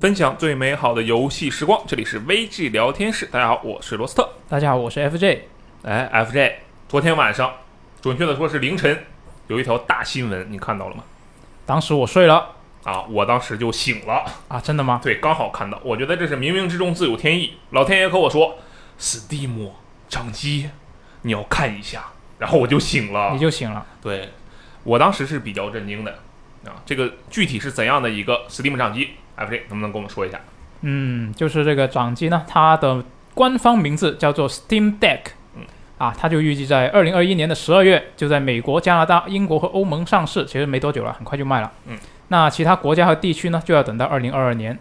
分享最美好的游戏时光。这里是 VG 聊天室，大家好，我是罗斯特。大家好，我是 FJ。哎，FJ，昨天晚上，准确的说是凌晨，有一条大新闻，你看到了吗？当时我睡了啊，我当时就醒了，啊，真的吗？对，刚好看到，我觉得这是冥冥之中自有天意，老天爷和我说，Steam 掌机，你要看一下，然后我就醒了你。就醒了。对，我当时是比较震惊的啊，这个具体是怎样的一个 Steam 掌机？FJ 能不能跟我们说一下？嗯，就是这个掌机呢，它的官方名字叫做 Steam Deck 嗯。啊，它就预计在二零二一年的十二月就在美国、加拿大、英国和欧盟上市，其实没多久了，很快就卖了。嗯，那其他国家和地区呢，就要等到二零二二年。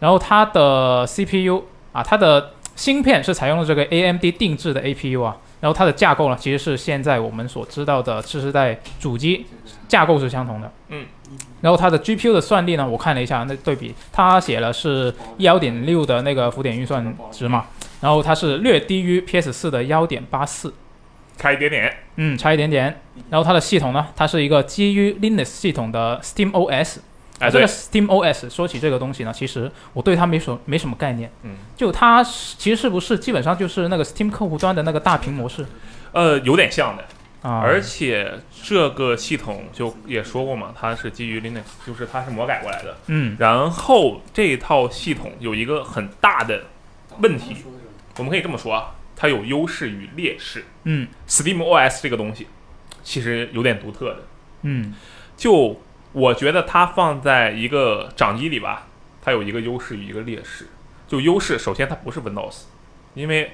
然后它的 CPU 啊，它的芯片是采用了这个 AMD 定制的 APU 啊，然后它的架构呢，其实是现在我们所知道的次世代主机架构是相同的。嗯，然后它的 GPU 的算力呢，我看了一下那对比，它写了是幺点六的那个浮点运算值嘛，然后它是略低于 PS 四的幺点八四，差一点点，嗯，差一点点。然后它的系统呢，它是一个基于 Linux 系统的 Steam OS。哎，啊这对个，Steam OS 说起这个东西呢，其实我对它没什没什么概念。嗯，就它是其实是不是基本上就是那个 Steam 客户端的那个大屏模式呃，有点像的。啊？而且这个系统就也说过嘛，它是基于 Linux，就是它是魔改过来的。嗯然后这套系统有一个很大的问题，我们可以这么说啊，它有优势与劣势。嗯 Steam OS 这个东西其实有点独特的，嗯就我觉得它放在一个掌机里吧，它有一个优势与一个劣势。就优势，首先它不是 Windows，因为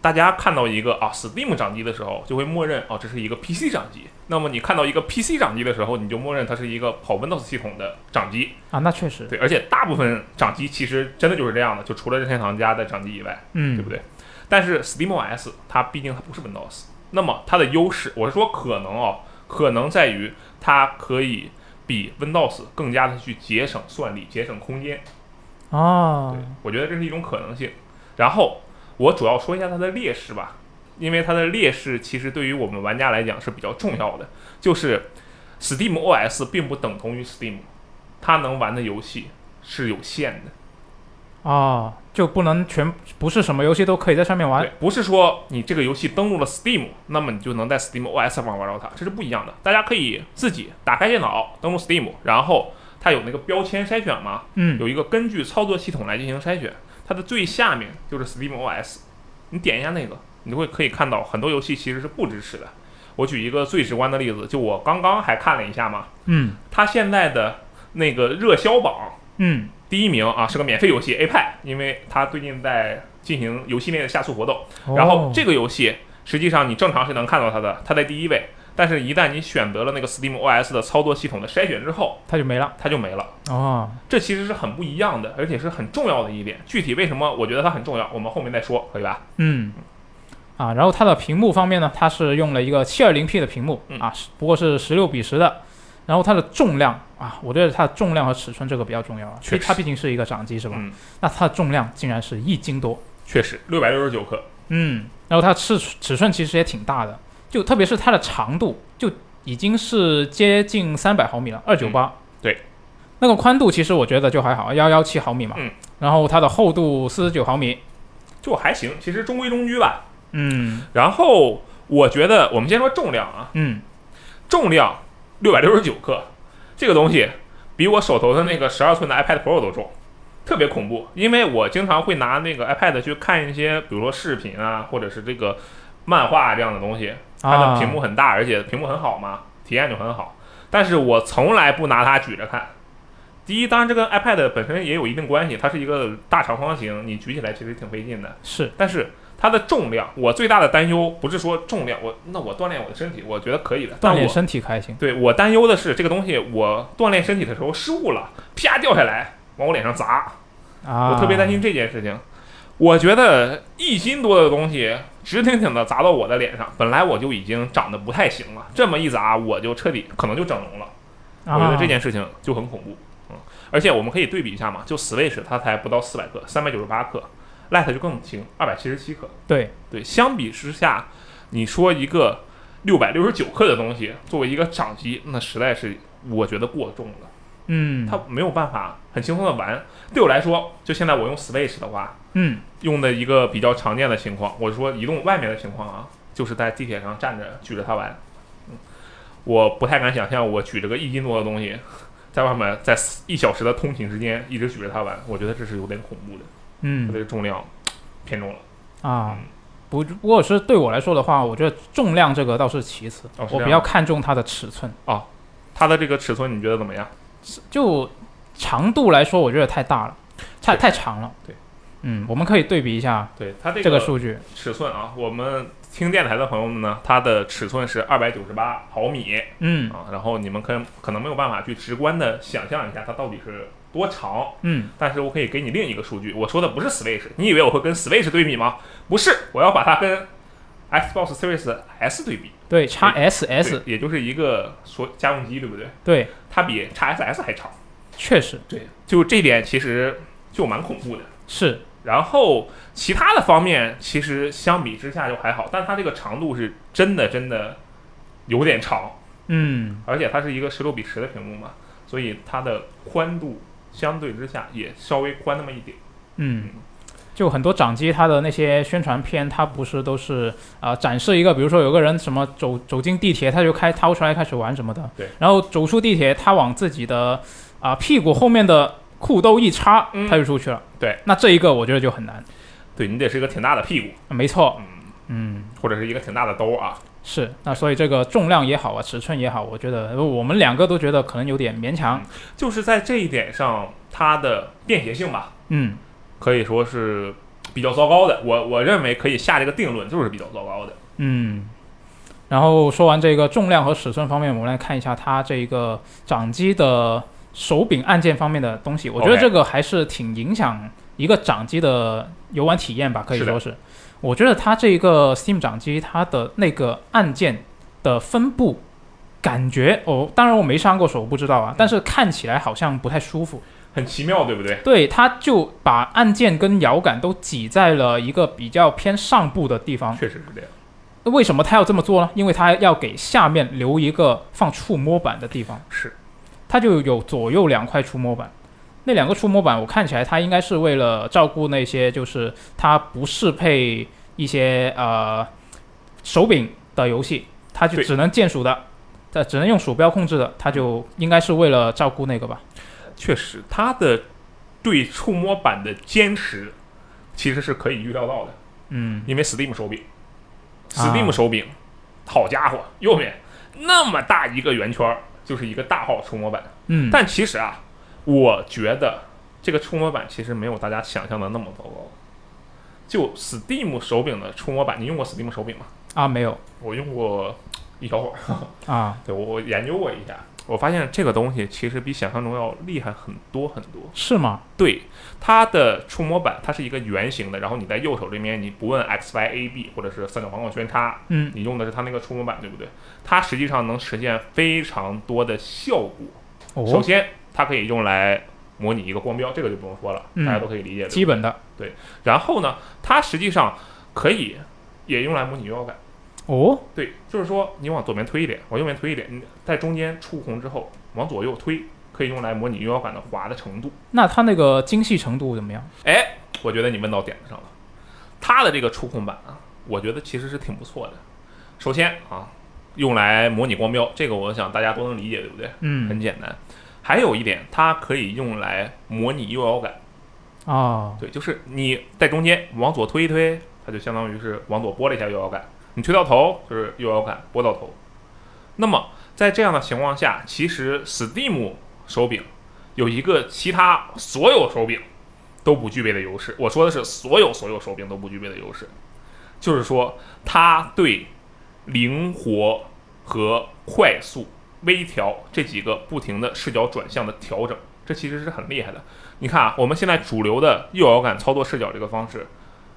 大家看到一个啊 Steam 掌机的时候，就会默认哦、这是一个 PC 掌机。那么你看到一个 PC 掌机的时候，你就默认它是一个跑 Windows 系统的掌机。啊，那确实，对，而且大部分掌机其实真的就是这样的，就除了任天堂家的掌机以外，嗯，对不对？但是 SteamOS 它毕竟它不是 Windows，那么它的优势，我是说可能哦，可能在于它可以比 Windows 更加的去节省算力、节省空间。哦对，，我觉得这是一种可能性。然后我主要说一下它的劣势吧，因为它的劣势其实对于我们玩家来讲是比较重要的，就是 Steam OS 并不等同于 Steam，它能玩的游戏是有限的。哦，就不能全不是什么游戏都可以在上面玩对，不是说你这个游戏登录了 Steam，那么你就能在 Steam OS 上玩到它，这是不一样的。大家可以自己打开电脑，登录 Steam，然后它有那个标签筛选嘛，嗯有一个根据操作系统来进行筛选，它的最下面就是 Steam OS，你点一下那个，你就会可以看到很多游戏其实是不支持的。我举一个最直观的例子，就我刚刚还看了一下嘛，嗯它现在的那个热销榜嗯第一名啊是个免费游戏 A 派，因为它最近在进行游戏内的下促活动。哦然后这个游戏实际上你正常是能看到它的，它在第一位。但是，一旦你选择了那个 Steam OS 的操作系统的筛选之后，它就没了它就没了。哦，这其实是很不一样的，而且是很重要的一点。具体为什么我觉得它很重要，我们后面再说，可以吧？嗯。啊，然后它的屏幕方面呢，它是用了一个 720P 的屏幕嗯啊，是不过是16比10的。然后它的重量啊，我觉得它的重量和尺寸这个比较重要啊，确因为实它毕竟是一个掌机是吧？嗯，那它的重量竟然是一斤多，确实，六百六十九克，嗯，然后它尺尺寸其实也挺大的，就特别是它的长度就已经是接近三百毫米了，二九八。嗯对，那个宽度其实我觉得就还好，幺幺七毫米嘛。嗯。然后它的厚度四十九毫米。就还行，其实中规中矩吧。嗯然后我觉得，我们先说重量啊，嗯，重量六百六十九克，这个东西比我手头的那个十二寸的 iPad Pro 都重，特别恐怖。因为我经常会拿那个 iPad 去看一些，比如说视频啊，或者是这个漫画啊这样的东西，它的屏幕很大，而且屏幕很好嘛，体验就很好。但是我从来不拿它举着看。第一，当然这跟 iPad 本身也有一定关系，它是一个大长方形，你举起来其实挺费劲的。是但是它的重量，我最大的担忧不是说重量，我那我锻炼我的身体，我觉得可以的。但锻我炼身体开心。对我担忧的是这个东西，我锻炼身体的时候失误了，啪掉下来往我脸上砸，啊，我特别担。心这件事情。我觉得一斤多的东西直挺挺的砸到我的脸上，本来我就已经长得不太行了，这么一砸我就彻底可能就整容了。啊我觉得这件事情就很恐怖。嗯，而且我们可以对比一下嘛，就 Switch 它才不到四百克，三百九十八克，Lite 就更轻，二百七十七克。对对，相比之下，你说一个六百六十九克的东西作为一个掌机，那实在是我觉得过重了，嗯，它没有办法很轻松的玩。对我来说，就现在我用 Switch 的话，嗯，用的一个比较常见的情况，我说移动外面的情况啊，就是在地铁上站着举着它玩。嗯我不太敢想象我举着个一斤多的东西，在外面在一小时的通勤之间一直举着它玩，我觉得这是有点恐怖的，它嗯这个重量偏重了。啊，嗯不，如果是对我来说的话，我觉得重量这个倒是其次，哦是这样我比较看重它的尺寸。它的这个尺寸你觉得怎么样？就长度来说，我觉得太大了，太对太长了。对，嗯，我们可以对比一下对它这这个数据。尺寸啊，我们听电台的朋友们呢，它的尺寸是二百九十八毫米嗯啊，然后你们可可能没有办法去直观的想象一下它到底是多长，嗯，但是我可以给你另一个数据，我说的不是 Switch，你以为我会跟 Switch 对比吗？不是，我要把它跟 Xbox Series S 对比对，x S 对 S，也就是一个说家用机，对不对？对，它比 x SS 还长，确实对，就这点其实就蛮恐怖的。是，然后其他的方面其实相比之下就还好，但它这个长度是真的真的有点长，嗯而且它是一个十六比十的屏幕嘛，所以它的宽度相对之下也稍微宽那么一点。嗯。就很多掌机，它的那些宣传片，它不是都是啊、呃展示一个，比如说有个人什么走走进地铁，他就开掏出来开始玩什么的，对，然后走出地铁，他往自己的啊、屁股后面的裤兜一插，嗯他就出去了，对，那这一个我觉得就很难，对你得是一个挺大的屁股，没错，嗯，嗯，或者是一个挺大的兜啊。是，那所以这个重量也好啊，尺寸也好，我觉得呃我们两个都觉得可能有点勉强。就是在这一点上，它的便携性吧，嗯可以说是比较糟糕的。我我认为可以下这个定论，就是比较糟糕的。嗯。然后说完这个重量和尺寸方面，我们来看一下它这个掌机的手柄按键方面的东西。我觉得 OK 这个还是挺影响一个掌机的游玩体验吧，可以是的说是。我觉得它这个 Steam 掌机它的那个按键的分布，感觉哦，当然我没上过手，我不知道啊，但是看起来好像不太舒服。很奇妙，对不对？ 对，它就把按键跟摇杆都挤在了一个比较偏上部的地方。确实是这样。为什么它要这么做呢？因为它要给下面留一个放触摸板的地方，是，它就有左右两块触摸板。那两个触摸板，我看起来它应该是为了照顾那些就是它不适配一些呃手柄的游戏，它就对只能键鼠的，它只能用鼠标控制的，它就应该是为了照顾那个吧。确实，它的对触摸板的坚持其实是可以预料到的，嗯，因为 Steam 手柄啊，Steam 手柄，好家伙，右面那么大一个圆圈儿，就是一个大号触摸板。嗯，但其实啊，我觉得这个触摸板其实没有大家想象的那么糟糕。就 Steam 手柄的触摸板，你用过 Steam 手柄吗？啊没有我用过一小会儿，啊对我我研究过一下，我发现这个东西其实比想象中要厉害很多很多。是吗？对，它的触摸板它是一个圆形的，然后你在右手这边，你不问 x y a b 或者是三角方框圈叉，嗯你用的是它那个触摸板，对不对？它实际上能实现非常多的效果。首哦，先，它可以用来模拟一个光标，这个就不用说了，嗯大家都可以理解。基本。本的然后呢，它实际上可以也用来模拟摇杆。哦，对，就是说你往左边推一点，往右边推一点，你在中间触控之后往左右推，可以用来模拟摇杆的滑的程度。那它那个精细程度怎么样？哎，我觉得你问到点子上了。它的这个触控板啊，我觉得其实是挺不错的。首先啊，用来模拟光标，这个我想大家都能理解，对不对？很嗯简单。还有一点，它可以用来模拟右摇杆，哦，对，就是你在中间往左推一推，它就相当于是往左拨了一下右摇杆，你推到头就是右摇杆拨到头。那么在这样的情况下，其实 Steam 手柄有一个其他所有手柄都不具备的优势。我说的是所有所有手柄都不具备的优势，就是说它对灵活和快速、微调这几个不停的视角转向的调整，这其实是很厉害的。你看啊，我们现在主流的右摇杆操作视角这个方式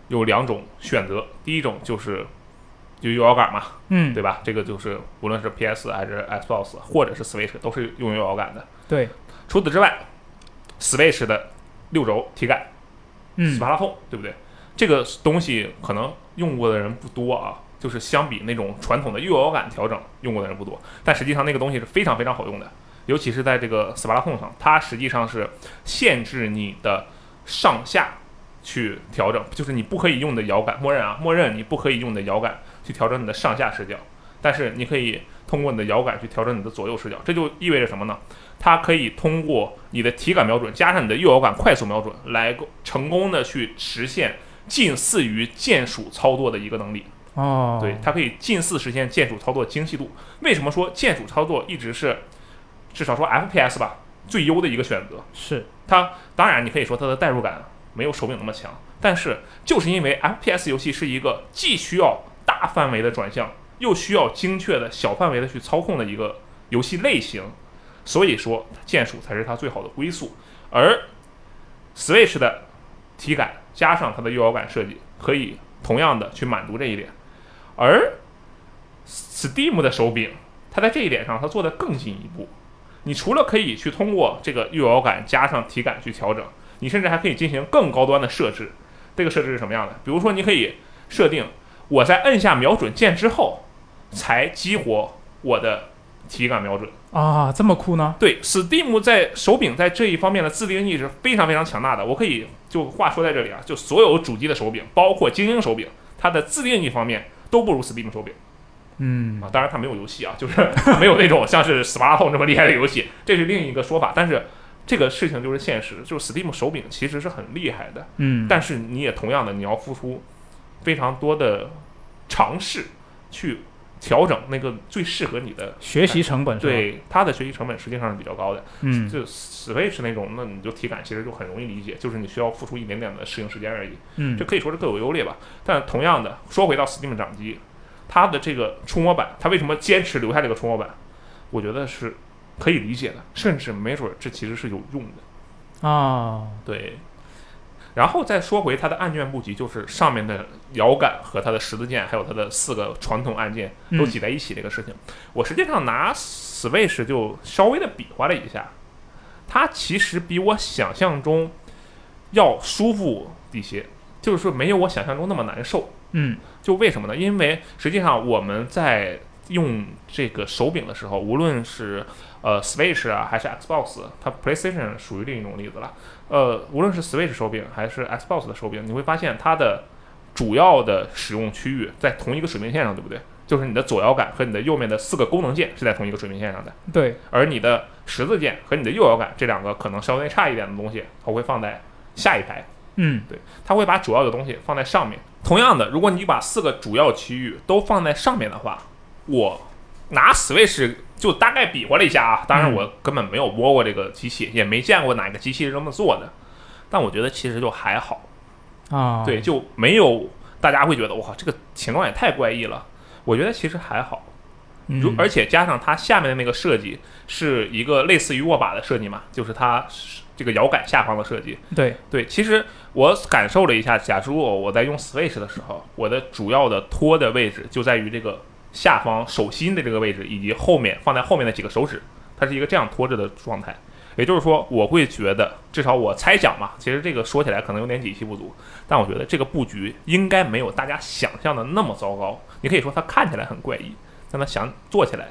有两种选择，第一种就是就右摇杆嘛，嗯，对吧？这个就是无论是 PS 还是 Xbox 或者是 Switch 都是用右摇杆的。对，除此之外，Switch 的六轴体感嗯斯巴拉凤，对不对？这个东西可能用过的人不多啊，就是相比那种传统的右摇杆调整用过的人不多，但实际上那个东西是非常非常好用的。尤其是在这个 Splatoon 上，它实际上是限制你的上下去调整，就是你不可以用你的摇杆，默认啊，默认你不可以用你的摇杆去调整你的上下视角，但是你可以通过你的摇杆去调整你的左右视角，这就意味着什么呢？它可以通过你的体感瞄准加上你的右摇杆快速瞄准来够成功的去实现近似于键鼠操作的一个能力。哦，对，它可以近似实现键鼠操作精细度。为什么说键鼠操作一直是至少说 FPS 吧最优的一个选择？是它当然你可以说它的代入感没有手柄那么强，但是就是因为 FPS 游戏是一个既需要大范围的转向，又需要精确的小范围的去操控的一个游戏类型，所以说键鼠才是它最好的归宿。而 Switch 的体感加上它的右摇杆设计，可以同样的去满足这一点。而 Steam 的手柄，它在这一点上它做得更进一步。你除了可以去通过这个右摇杆加上体感去调整，你甚至还可以进行更高端的设置。这个设置是什么样的？比如说，你可以设定我在摁下瞄准键之后才激活我的体感瞄准。啊，这么酷呢？对，Steam 在手柄在这一方面的自定义是非常非常强大的。我可以就话说在这里啊，就所有主机的手柄，包括精英手柄，它的自定义方面都不如 Steam 手柄嗯啊。当然，它没有游戏啊，就是 它没有那种像是 s p a r t o n 这么厉害的游戏，这是另一个说法。但是这个事情就是现实，就是 Steam 手柄其实是很厉害的，嗯，但是你也同样的，你要付出非常多的尝试去调整那个最适合你的。学习成本是吧，对它的学习成本实际上是比较高的。嗯，就 Switch 那种，那你就体感其实就很容易理解，就是你需要付出一点点的适应时间而已。嗯这可以说是各有优劣吧。但同样的，说回到 Steam 掌机，它的这个触摸板，它为什么坚持留下这个触摸板？我觉得是可以理解的，甚至没准儿这其实是有用的。啊，对。然后再说回它的按键布局，就是上面的摇杆和它的十字键，还有它的四个传统按键都嗯挤在一起这个事情。我实际上拿 Switch 就稍微的比划了一下，它其实比我想象中要舒服一些，就是说没有我想象中那么难受。嗯就为什么呢？因为实际上我们在用这个手柄的时候，无论是呃 Switch 啊，还是 Xbox，它 PlayStation 属于另一种例子了。呃，无论是 Switch 手柄还是 Xbox 的手柄，你会发现它的主要的使用区域在同一个水平线上，对不对？就是你的左摇杆和你的右面的四个功能键是在同一个水平线上的，对，而你的十字键和你的右摇杆这两个可能稍微差一点的东西，它会放在下一排。嗯对，它会把主要的东西放在上面。同样的，如果你把四个主要区域都放在上面的话，我拿 Switch 就大概比划了一下啊，当然嗯我根本没有摸过这个机器，也没见过哪个机器是这么做的，但我觉得其实就还好，啊，对，，就没有大家会觉得哇，这个情况也太怪异了。我觉得其实还好，嗯如而且加上它下面的那个设计是一个类似于握把的设计嘛，就是它是这个摇杆下方的设计，对，对，其实我感受了一下，假如我我在用 Switch 的时候，我的主要的托的位置就在于这个下方手心的这个位置，以及后面放在后面的几个手指，它是一个这样托着的状态。也就是说，我会觉得，至少我猜想嘛，其实这个说起来可能有点底气不足，但我觉得这个布局应该没有大家想象的那么糟糕。你可以说它看起来很怪异，但它想做起来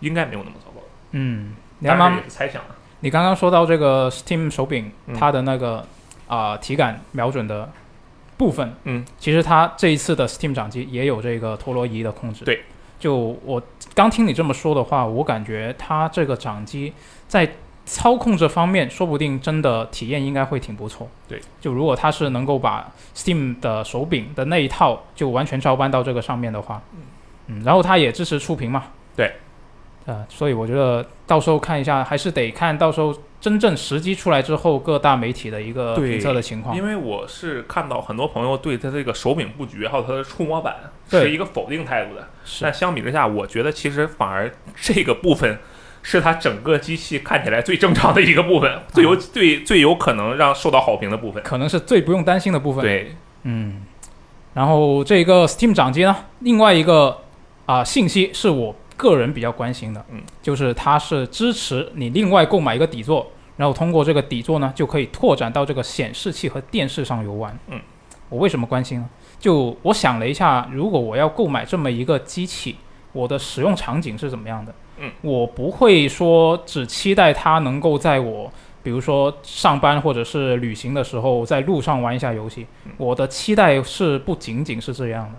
应该没有那么糟糕。嗯，你当刚然刚这也是猜想啊，你刚刚说到这个 Steam 手柄，嗯它的那个啊、体感瞄准的部分，嗯，其实它这一次的 Steam 掌机也有这个陀螺仪的控制。对，就我刚听你这么说的话，我感觉它这个掌机在操控这方面，说不定真的体验应该会挺不错。对，就如果它是能够把 Steam 的手柄的那一套就完全照搬到这个上面的话，嗯，然后它也支持触屏嘛。对。呃，所以我觉得到时候看一下，还是得看到时候真正时机出来之后，各大媒体的一个对评测的情况。因为我是看到很多朋友对它这个手柄布局还有它的触摸板对是一个否定态度的，是但相比之下，我觉得其实反而这个部分是它整个机器看起来最正常的一个部分，最有最最有可能让受到好评的部分。可能是最不用担心的部分。，对，嗯。然后这个 Steam 掌机呢，另外一个啊、信息是我个人比较关心的，嗯，就是它是支持你另外购买一个底座，然后通过这个底座呢，就可以拓展到这个显示器和电视上游玩。嗯，我为什么关心呢？就我想了一下，如果我要购买这么一个机器，我的使用场景是怎么样的？嗯，我不会说只期待它能够在我比如说上班或者是旅行的时候在路上玩一下游戏嗯，我的期待是不仅仅是这样的，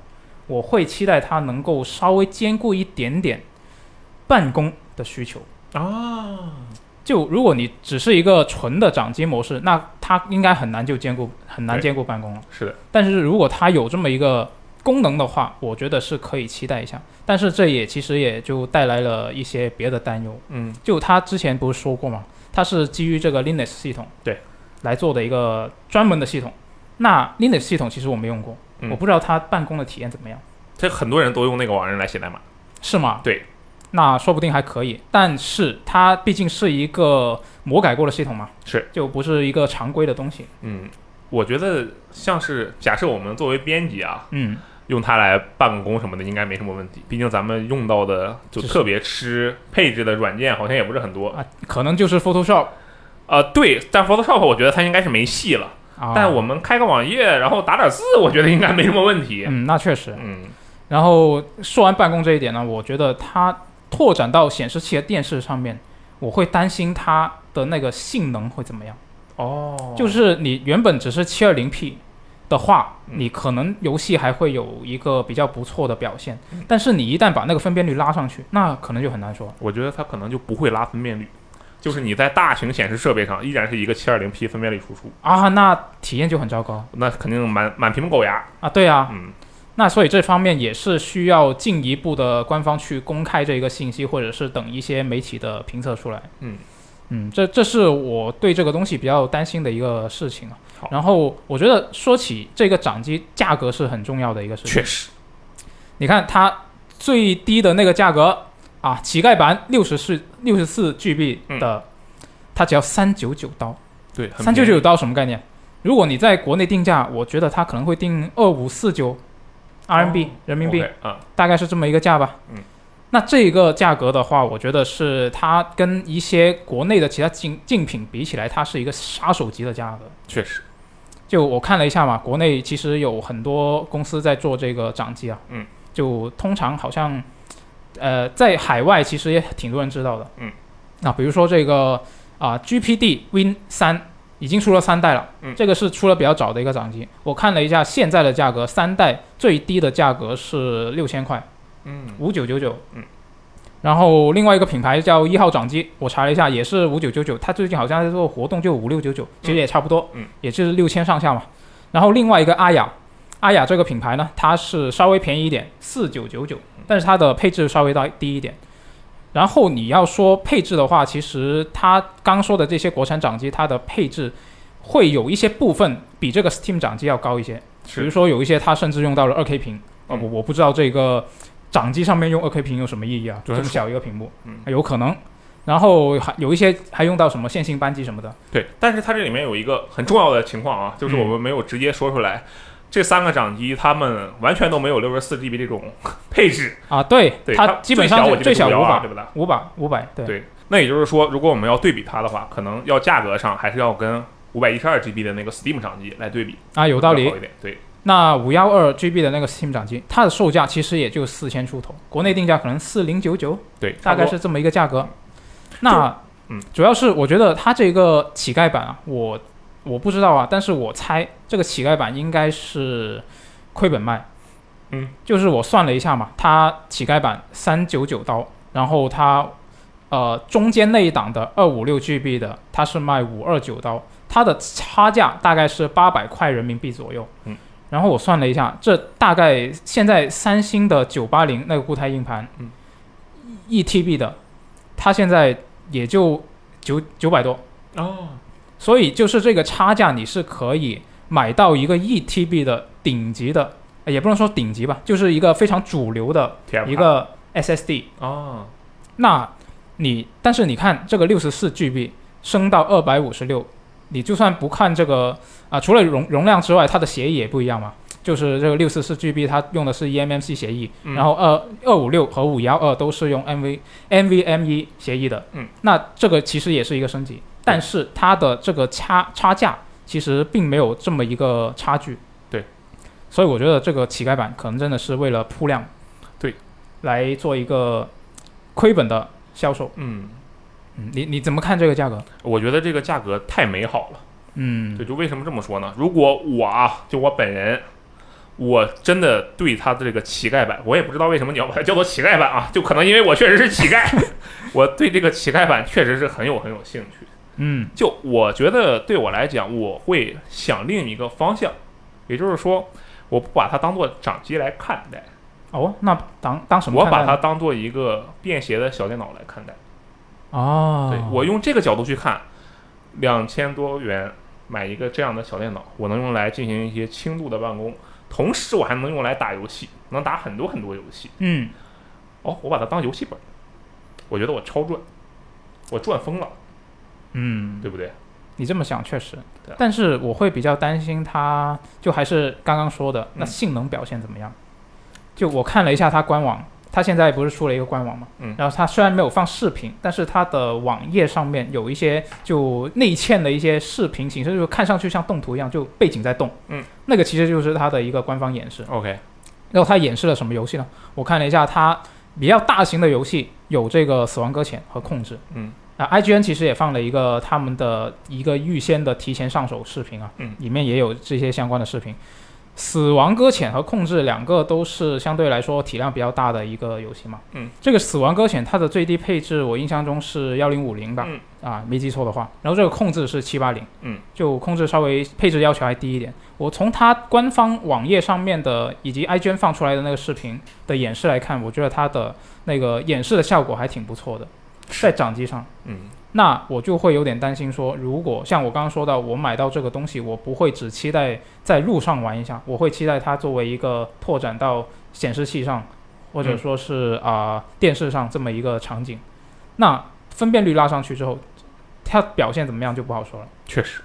我会期待它能够稍微兼顾一点点办公的需求。啊，就如果你只是一个纯的掌机模式，那它应该很难就兼顾很难对兼顾办公了。是的，但是如果它有这么一个功能的话，我觉得是可以期待一下。但是这也其实也就带来了一些别的担忧。嗯就他之前不是说过吗？它是基于这个 Linux 系统对来做的一个专门的系统。那 Linux 系统其实我没用过，嗯我不知道它办公的体验怎么样，这很多人都用那个网站来写代码。是吗？对，那说不定还可以。但是它毕竟是一个魔改过的系统嘛，是就不是一个常规的东西。嗯，我觉得像是假设我们作为编辑啊，嗯，用它来办公什么的应该没什么问题，毕竟咱们用到的就只是特别吃配置的软件好像也不是很多。啊，可能就是 Photoshop 呃，对，但 Photoshop 我觉得它应该是没戏了。啊，但我们开个网页，然后打点字，我觉得应该没什么问题。嗯，那确实。嗯然后说完办公这一点呢，我觉得它拓展到显示器和电视上面，我会担心它的那个性能会怎么样。哦就就是是你原本只是 720P 的话，嗯你可能游戏还会有一个比较不错的表现嗯，但是你一旦把那个分辨率拉上去，那可能就很难说。我觉得它可能就不会拉分辨率，就是你在大型显示设备上依然是一个 720P 分辨率输出，啊，那体验就很糟糕那肯定满满屏狗牙。啊！对啊，嗯那所以这方面也是需要进一步的官方去公开这个信息，或者是等一些媒体的评测出来。嗯嗯，这这是我对这个东西比较担心的一个事情啊好。然后我觉得说起这个掌机，价格是很重要的一个事情。确实，你看它最低的那个价格啊，乞丐版六十四六十四 GB 的，它只要三九九刀。对，嗯很三九便九宜刀什么概念？如果你在国内定价，我觉得它可能会定二五四九 RMB、人民币，哦 OK，啊，大概是这么一个价吧。嗯，那这个价格的话，我觉得是它跟一些国内的其他竞竞品比起来，它是一个杀手级的价格。确实，就我看了一下嘛，国内其实有很多公司在做这个掌机啊，嗯，就通常好像，呃，在海外其实也挺多人知道的，嗯，那比如说这个啊、GPD Win 三已经出了三代了，嗯这个是出了比较早的一个掌机，我看了一下现在的价格，三代最低的价格是六千块，嗯五九九九，嗯。然后另外一个品牌叫一号掌机，我查了一下，也是五九九九，它最近好像在做活动，就五六九九，其实也差不多，嗯，也就是六千上下嘛。然后另外一个阿雅，阿雅这个品牌呢，它是稍微便宜一点，四九九九，但是它的配置稍微到低一点。然后你要说配置的话，其实它刚说的这些国产掌机，它的配置会有一些部分比这个 Steam 掌机要高一些，比如是说有一些它甚至用到了二 K 屏，啊、嗯我我不知道这个掌机上面用二 K 屏有什么意义啊，就这很么小一个屏幕，啊嗯有可能。然后还有一些还用到什么线性扳机什么的，对，但是它这里面有一个很重要的情况啊，就是嗯我们没有直接说出来，这三个掌机它们完全都没有六十四 GB 这种 配置，啊，对，对，它它基本上我是记得最小512五百啊对，不对？五百五百，对，对那也就是说，如果我们要对比它的话，可能要价格上还是要跟五百一十二 GB 的那个 Steam 掌机来对比，啊，有道比理较好。一点。对，那五幺二 GB 的那个 Steam 掌机，它的售价其实也就四千出头，国内定价可能四零九九，对，大概差不多是这么一个价格。那嗯，主要是我觉得它这个乞丐版啊，我我不知道啊，但是我猜这个乞丐版应该是亏本卖。嗯，就是我算了一下嘛，它乞丐版三九九刀，然后它呃中间那一档的二五六 GB 的，它是卖五二九刀，它的差价大概是八百块人民币左右。嗯。然后我算了一下，这大概现在三星的九八零那个固态硬盘，嗯一 TB 的，它现在也就九九百多，哦，所以就是这个差价，你是可以买到一个 ETB 的顶级的，呃也不能说顶级吧，就是一个非常主流的 TF 一个 SSD。哦，那你但是你看这个六十四 GB 升到二百五十六，你就算不看这个啊、除了容容量之外，它的协议也不一样嘛。就是这个六十四 GB，它用的是 E eMMC 协议，嗯然后二二五六和五幺二都是用 NV NVMe E 协议的。嗯，那这个其实也是一个升级，但是它的这个差差价其实并没有这么一个差距。对，所以我觉得这个乞丐版可能真的是为了铺量，对，来做一个亏本的销售。嗯，嗯，你你怎么看这个价格？我觉得这个价格太美好了。嗯对，就为什么这么说呢？如果我啊，就我本人，我真的对它的这个乞丐版，我也不知道为什么你要把它叫做乞丐版啊，就可能因为我确实是乞丐， 我对这个乞丐版确实是很有很有兴趣。嗯就我觉得对我来讲，我会想另一个方向，也就是说，我不把它当做掌机来看待，哦，那当当什么我看待把呢？它当做一个便携的小电脑来看待。哦，对我用这个角度去看，两千多元买一个这样的小电脑，我能用来进行一些轻度的办公，同时我还能用来打游戏，能打很多很多游戏。嗯哦，我把它当游戏本儿，我觉得我超赚，我赚疯了，嗯，对不对？你这么想确实对，但是我会比较担心它，就还是刚刚说的，那嗯性能表现怎么样？就我看了一下它官网，它现在不是出了一个官网嘛，嗯然后它虽然没有放视频，但是它的网页上面有一些就内嵌的一些视频形式，就是看上去像动图一样，就背景在动，嗯，那个其实就是它的一个官方演示。 OK，然后它演示了什么游戏呢？我看了一下，它比较大型的游戏有这个《死亡搁浅》和《控制》。嗯，啊，IGN 其实也放了一个他们的一个预先的提前上手视频啊，嗯里面也有这些相关的视频。《死亡搁浅》和《控制》两个都是相对来说体量比较大的一个游戏嘛。嗯，这个《死亡搁浅》它的最低配置我印象中是幺零五零吧，嗯啊，没记错的话。然后这个《控制》是七八零，嗯，就控制稍微配置要求还低一点。我从它官方网页上面的以及 IGN 放出来的那个视频的演示来看，我觉得它的那个演示的效果还挺不错的，在掌机上。嗯那我就会有点担心说，如果像我刚刚说到，我买到这个东西，我不会只期待在路上玩一下，我会期待它作为一个拓展到显示器上，或者嗯说是啊、电视上这么一个场景。那分辨率拉上去之后，它表现怎么样就不好说了。确实，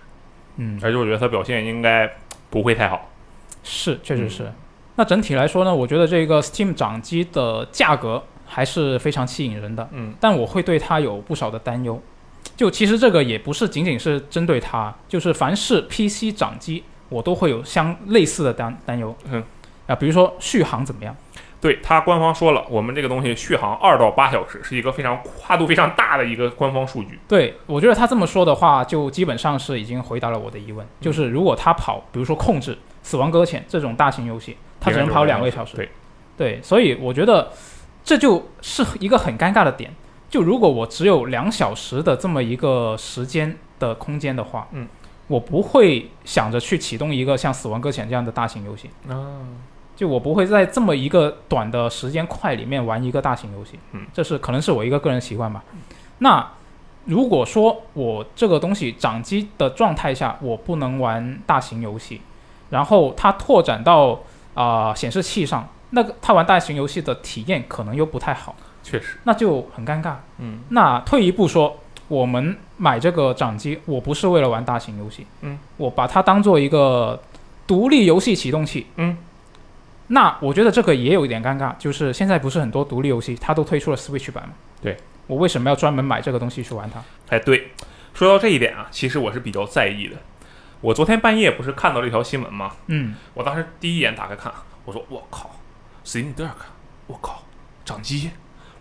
嗯，而且我觉得它表现应该不会太好。是，确实嗯是。那整体来说呢，我觉得这个 Steam 掌机的价格还是非常吸引人的，嗯但我会对它有不少的担忧。就其实这个也不是仅仅是针对它，就是凡是 PC 掌机，我都会有相类似的担担忧。嗯啊，比如说续航怎么样？对，它官方说了，我们这个东西续航二到八小时，是一个非常跨度非常大的一个官方数据。对我觉得他这么说的话，就基本上是已经回答了我的疑问，就是如果他跑，比如说控制《死亡搁浅》这种大型游戏，他只能跑两个小时。对，对，所以我觉得这就是一个很尴尬的点。就如果我只有两小时的这么一个时间的空间的话，嗯，我不会想着去启动一个像《死亡搁浅》这样的大型游戏，啊，就我不会在这么一个短的时间块里面玩一个大型游戏。嗯，这是可能是我一个个人习惯吧。那如果说我这个东西掌机的状态下，我不能玩大型游戏，然后它拓展到啊、显示器上，那个它玩大型游戏的体验可能又不太好，确实，那就很尴尬。嗯那退一步说，我们买这个掌机，我不是为了玩大型游戏，嗯，我把它当做一个独立游戏启动器，嗯。那我觉得这个也有一点尴尬，就是现在不是很多独立游戏它都推出了 Switch 版嘛？对，我为什么要专门买这个东西去玩它？哎，对，说到这一点啊，其实我是比较在意的。我昨天半夜不是看到了一条新闻吗？嗯我当时第一眼打开看，我说我靠，Steam Deck，我靠，掌机，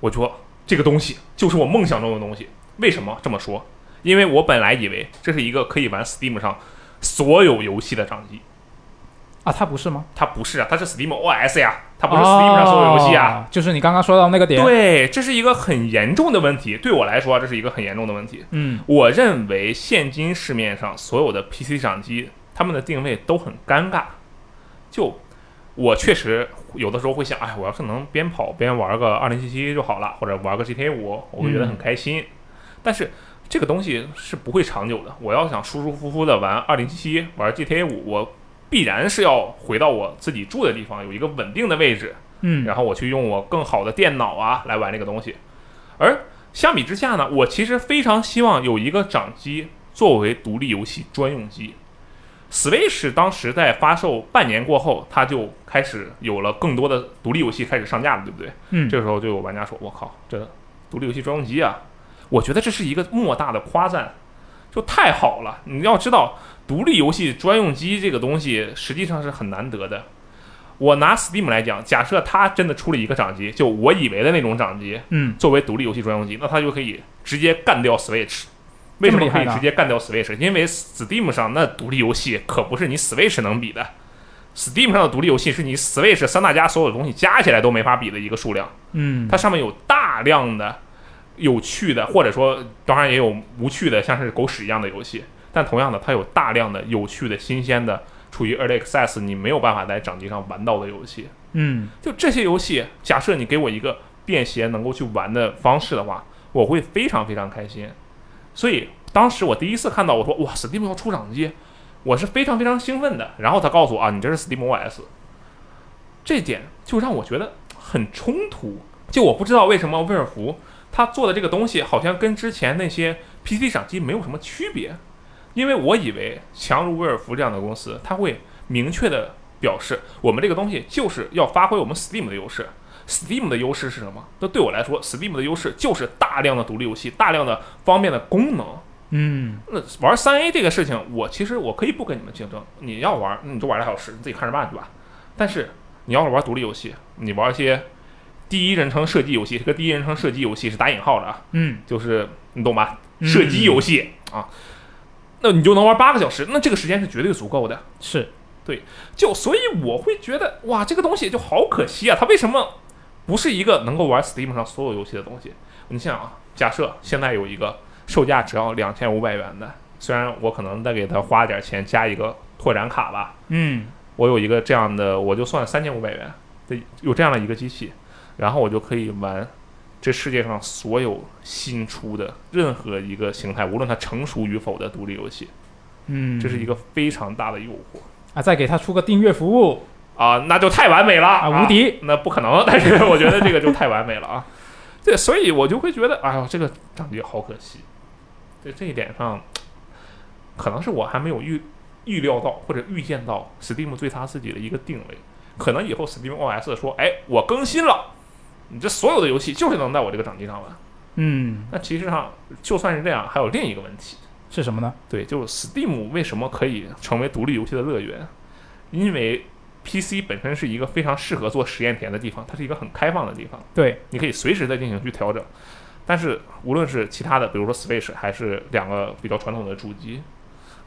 我说这个东西就是我梦想中的东西。为什么这么说？因为我本来以为这是一个可以玩 Steam 上所有游戏的掌机，啊，它不是吗？它不是啊，它是 Steam OS 呀，它不是 Steam 上所有游戏啊。哦就是你刚刚说到那个点。，对，这是一个很严重的问题，对我来说啊，这是一个很严重的问题。嗯我认为现今市面上所有的 PC 掌机，他们的定位都很尴尬。就我确实有的时候会想，哎，我要是能边跑边玩个二零七七就好了，或者玩个 GTA 五，我会觉得很开心。但是这个东西是不会长久的。我要想舒舒服服的玩二零七七，玩 GTA 五，我必然是要回到我自己住的地方，有一个稳定的位置，嗯，然后我去用我更好的电脑啊来玩这个东西。而相比之下呢，我其实非常希望有一个掌机作为独立游戏专用机。Switch 当时在发售半年过后，它就开始有了更多的独立游戏开始上架了，对不对？嗯，这个时候就有玩家说：“我靠，这独立游戏专用机啊！”我觉得这是一个莫大的夸赞，就太好了。你要知道，独立游戏专用机这个东西实际上是很难得的。我拿 Steam 来讲，假设它真的出了一个掌机，就我以为的那种掌机，嗯，作为独立游戏专用机，那它就可以直接干掉 Switch。为什么这么厉可害以呢直接干掉 Switch？因为 Steam 上那独立游戏可不是你 Switch 能比的。Steam 上的独立游戏是你 Switch 三大家所有的东西加起来都没法比的一个数量，嗯，它上面有大量的有趣的，或者说当然也有无趣的，像是狗屎一样的游戏。但同样的，它有大量的有趣的、新鲜的，处于 Early Access 你没有办法在掌机上玩到的游戏。嗯，就这些游戏，假设你给我一个便携能够去玩的方式的话，我会非常非常开心。所以当时我第一次看到，我说哇，Steam 要出掌机，我是非常非常兴奋的。然后他告诉我啊，你这是 Steam OS，这点就让我觉得很冲突。就我不知道为什么威尔福他做的这个东西好像跟之前那些 PC 掌机没有什么区别，因为我以为强如威尔福这样的公司，他会明确的表示，我们这个东西就是要发挥我们 Steam 的优势。Steam 的优势是什么？那对我来说，Steam 的优势就是大量的独立游戏，大量的方便的功能。嗯，那玩三 A 这个事情，我其实我可以不跟你们竞争，你要玩那你就玩俩小时，你自己看着办去吧。但是你要是玩独立游戏，你玩一些第一人称射击游戏，这个第一人称射击游戏是打引号的啊，嗯，就是你懂吧？嗯射击游戏、啊，那你就能玩八个小时，那这个时间是绝对足够的。是，就所以我会觉得哇，这个东西就好可惜啊！它为什么不是一个能够玩 Steam 上所有游戏的东西？你想啊，假设现在有一个售价只要两千五百元的，虽然我可能再给他花点钱加一个拓展卡吧，嗯，我有一个这样的，我就算三千五百元，对，有这样的一个机器，然后我就可以玩这世界上所有新出的任何一个形态，无论它成熟与否的独立游戏，嗯，这是一个非常大的诱惑。啊，再给他出个订阅服务啊，那就太完美了啊，无敌，那不可能，但是我觉得这个就太完美了啊。对，所以我就会觉得，哎呦，这个掌机好可惜。在这一点上，可能是我还没有预预料到或者预见到 Steam 对它自己的一个定位。可能以后 Steam OS 说，哎，我更新了，你这所有的游戏就是能在我这个掌机上玩。嗯，那其实上，就算是这样，还有另一个问题，是什么呢？对，就是 Steam 为什么可以成为独立游戏的乐园？因为 PC 本身是一个非常适合做实验田的地方，它是一个很开放的地方，对，你可以随时在进行去调整。但是无论是其他的，比如说 Switch 还是两个比较传统的主机，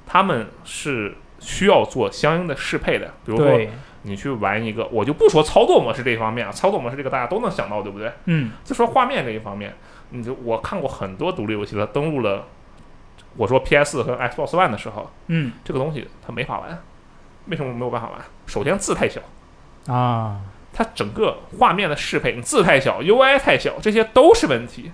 他们是需要做相应的适配的。比如说对，你去玩一个，我就不说操作模式这一方面啊，操作模式这个大家都能想到，对不对？嗯，就说画面这一方面，你就我看过很多独立游戏，它登录了，我说 PS 和 Xbox One 的时候，嗯，这个东西它没法玩。为什么没有办法玩？首先字太小，啊，它整个画面的适配，你字太小，UI 太小，这些都是问题。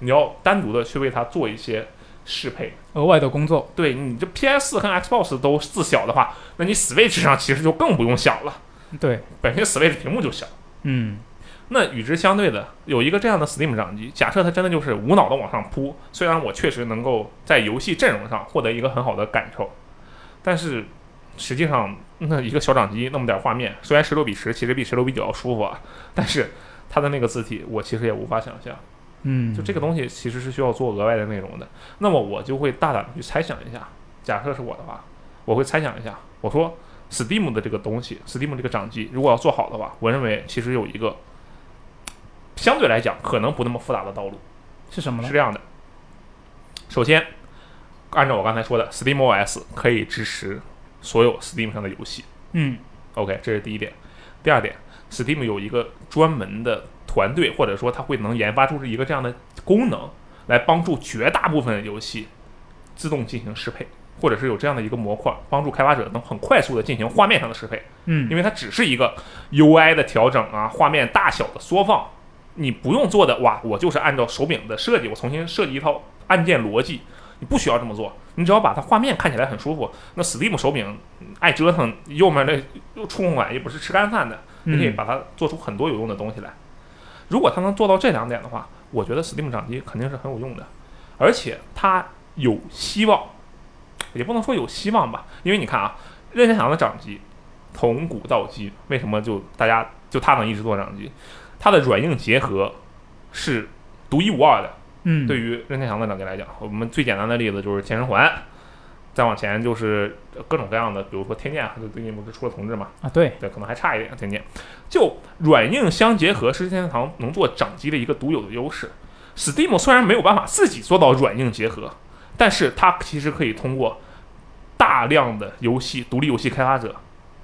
你要单独的去为它做一些适配。额外的工作，对你这 PS 和 Xbox 都字小的话，那你 Switch 上其实就更不用想了，对，本身 Switch 屏幕就小。嗯，那与之相对的，有一个这样的 Steam 掌机，假设它真的就是无脑的往上扑，虽然我确实能够在游戏阵容上获得一个很好的感受，但是实际上那一个小掌机那么点画面，虽然十六比十，其实比十六比九要舒服啊，但是它的那个字体我其实也无法想象。嗯，就这个东西其实是需要做额外的内容的。那么我就会大胆的去猜想一下，假设是我的话，我会猜想一下，我说 Steam 的这个东西，Steam 这个掌机，如果要做好的话，我认为其实有一个相对来讲可能不那么复杂的道路，是什么是呢？这样的。首先，按照我刚才说的，Steam OS 可以支持所有 Steam 上的游戏。嗯， OK，这是第一点。第二点，Steam 有一个专门的团队，或者说它会能研发出一个这样的功能，来帮助绝大部分游戏自动进行适配，或者是有这样的一个模块，帮助开发者能很快速的进行画面上的适配。嗯，因为它只是一个 UI 的调整啊，画面大小的缩放，你不用做的哇，我就是按照手柄的设计，我重新设计一套按键逻辑，你不需要这么做，你只要把它画面看起来很舒服。那 Steam 手柄嗯爱折腾，右面的触控感也不是吃干饭的，你可以嗯把它做出很多有用的东西来。如果它能做到这两点的话，我觉得 Steam 掌机肯定是很有用的，而且它有希望，也不能说有希望吧，因为你看啊，任天堂的掌机从古到今，为什么就大家就它能一直做掌机？它的软硬结合是独一无二的。嗯，对于任天堂的掌机来讲，我们最简单的例子就是《健身环》，再往前就是各种各样的，比如说天剑，就最近不是出了同志嘛，啊，对，对，可能还差一点天剑。就软硬相结合是任天堂能做掌机的一个独有的优势。Steam 虽然没有办法自己做到软硬结合，但是它其实可以通过大量的游戏独立游戏开发者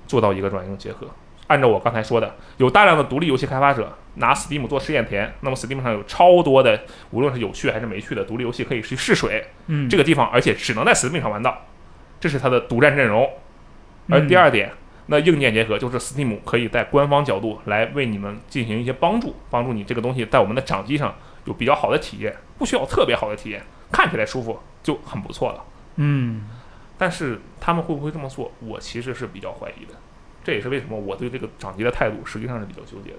做到一个软硬结合。按照我刚才说的，有大量的独立游戏开发者拿 Steam 做试验田，那么 Steam 上有超多的，无论是有趣还是没趣的独立游戏可以去试水，嗯，这个，个地方，而且只能在 Steam 上玩到，这是它的独占阵容。而第二点，那硬件结合就是 Steam 可以在官方角度来为你们进行一些帮助，帮助你这个东西在我们的掌机上有比较好的体验，不需要特别好的体验，看起来舒服就很不错了。嗯，但是他们会不会这么做，我其实是比较怀疑的。这也是为什么我对这个掌机的态度实际上是比较纠结的。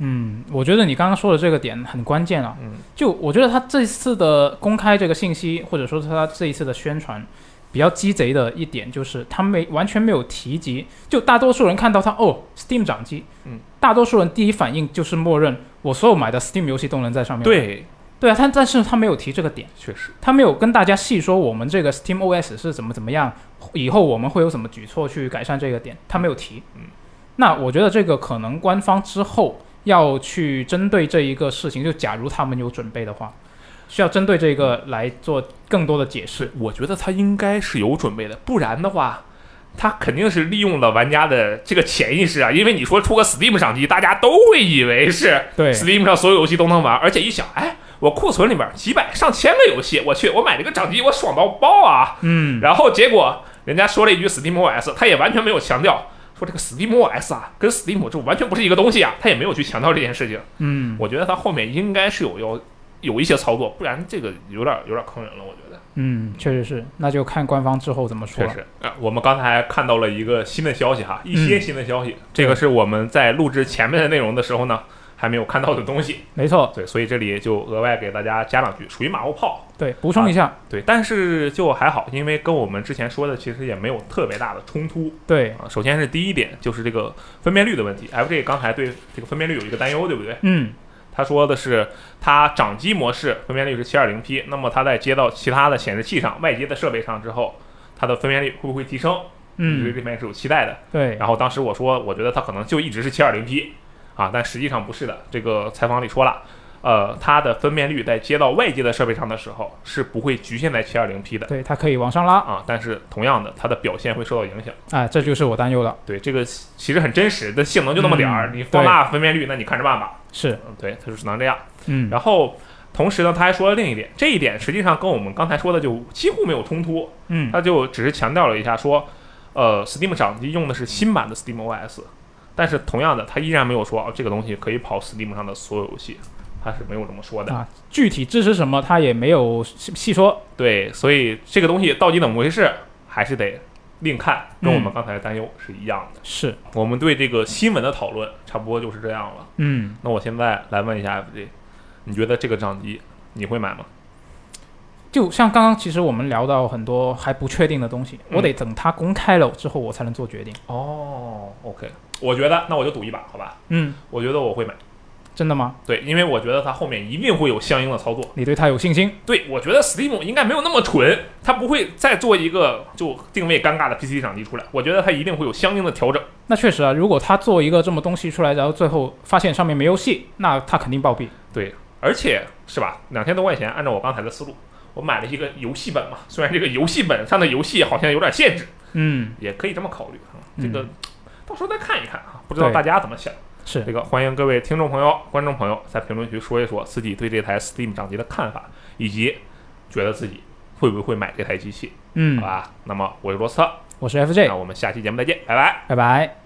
嗯，我觉得你刚刚说的这个点很关键啊。嗯就我觉得他这次的公开这个信息，或者说是他这一次的宣传，比较鸡贼的一点就是他没完全没有提及。就大多数人看到他哦，Steam 掌机，嗯，大多数人第一反应就是默认我所有买的 Steam 游戏都能在上面。，对，对啊，他但是他没有提这个点。确实，他没有跟大家细说我们这个 Steam OS 是怎么怎么样，以后我们会有什么举措去改善这个点，他没有提。嗯，那我觉得这个可能官方之后要去针对这一个事情，就假如他们有准备的话，需要针对这个来做更多的解释。是我觉得他应该是有准备的，不然的话。他肯定是利用了玩家的这个潜意识啊，因为你说出个 Steam 掌机，大家都会以为是对 Steam 上所有游戏都能玩，而且一想，哎，我库存里面几百上千个游戏，我去，我买这个掌机我爽到爆啊！嗯，然后结果人家说了一句 Steam OS，他也完全没有强调说这个 Steam OS 啊跟 Steam 这完全不是一个东西啊，他也没有去强调这件事情。嗯我觉得他后面应该是有要有一些操作，不然这个有点有点坑人了，我觉得。嗯，确实是，那就看官方之后怎么说确了。实，啊，我们刚才看到了一个新的消息哈，一些嗯新的消息，这个是我们在录制前面的内容的时候呢还没有看到的东西。没错，对，所以这里就额外给大家加两句，属于马后炮。对，补充一下，对，但是就还好，因为跟我们之前说的其实也没有特别大的冲突对，啊。首先是第一点，就是这个分辨率的问题。FJ 刚才对这个分辨率有一个担忧，对不对？嗯，他说的是，它掌机模式分辨率是七二零 P，那么它在接到其他的显示器上、外接的设备上之后，它的分辨率会不会提升？我对嗯，这边是有期待的。对，然后当时我说，我觉得它可能就一直是7 2 0 P 啊，但实际上不是的。这个采访里说了，呃，它的分辨率在接到外界的设备上的时候是不会局限在7 2 0 P 的对，它可以往上拉啊，但是同样的，它的表现会受到影响。啊，这就是我担忧了。对，这个其实很真实的性能就那么点儿，嗯你放大分辨率，那你看着办吧。是，嗯，对，它就只能这样。嗯，然后同时呢，他还说了另一点，这一点实际上跟我们刚才说的就几乎没有冲突。嗯，他就只是强调了一下说，呃，Steam 掌机用的是新版的 Steam OS，但是同样的，他依然没有说、哦、这个东西可以跑 Steam 上的所有游戏，他是没有这么说的。啊，具体支持什么他也没有细细说。对，所以这个东西到底怎么回事，还是得另看，跟我们嗯刚才的担忧是一样的。是，我们对这个新闻的讨论差不多就是这样了。嗯，那我现在来问一下 FJ，你觉得这个掌机你会买吗？就像刚刚其实我们聊到很多还不确定的东西，嗯我得等它公开了之后我才能做决定。哦，OK，我觉得那我就赌一把，好吧？嗯，我觉得我会买，真的吗？对，因为我觉得它后面一定会有相应的操作。你对它有信心？对，我觉得 Steam 应该没有那么蠢，它不会再做一个就定位尴尬的 PC 掌机出来。我觉得它一定会有相应的调整。那确实啊，如果他做一个这么东西出来，然后最后发现上面没游戏，那他肯定暴毙。对，而且是吧，两千多块钱，按照我刚才的思路，我买了一个游戏本嘛。虽然这个游戏本上的游戏好像有点限制，嗯，也可以这么考虑啊。这嗯个、到时候再看一看啊，不知道对大家怎么想。是这个欢迎各位听众朋友、观众朋友在评论区说一说自己对这台 Steam 掌机的看法，以及觉得自己会不会买这台机器，嗯好，吧？那么我是罗斯特，我是 FJ，那我们下期节目再见，拜拜。拜拜。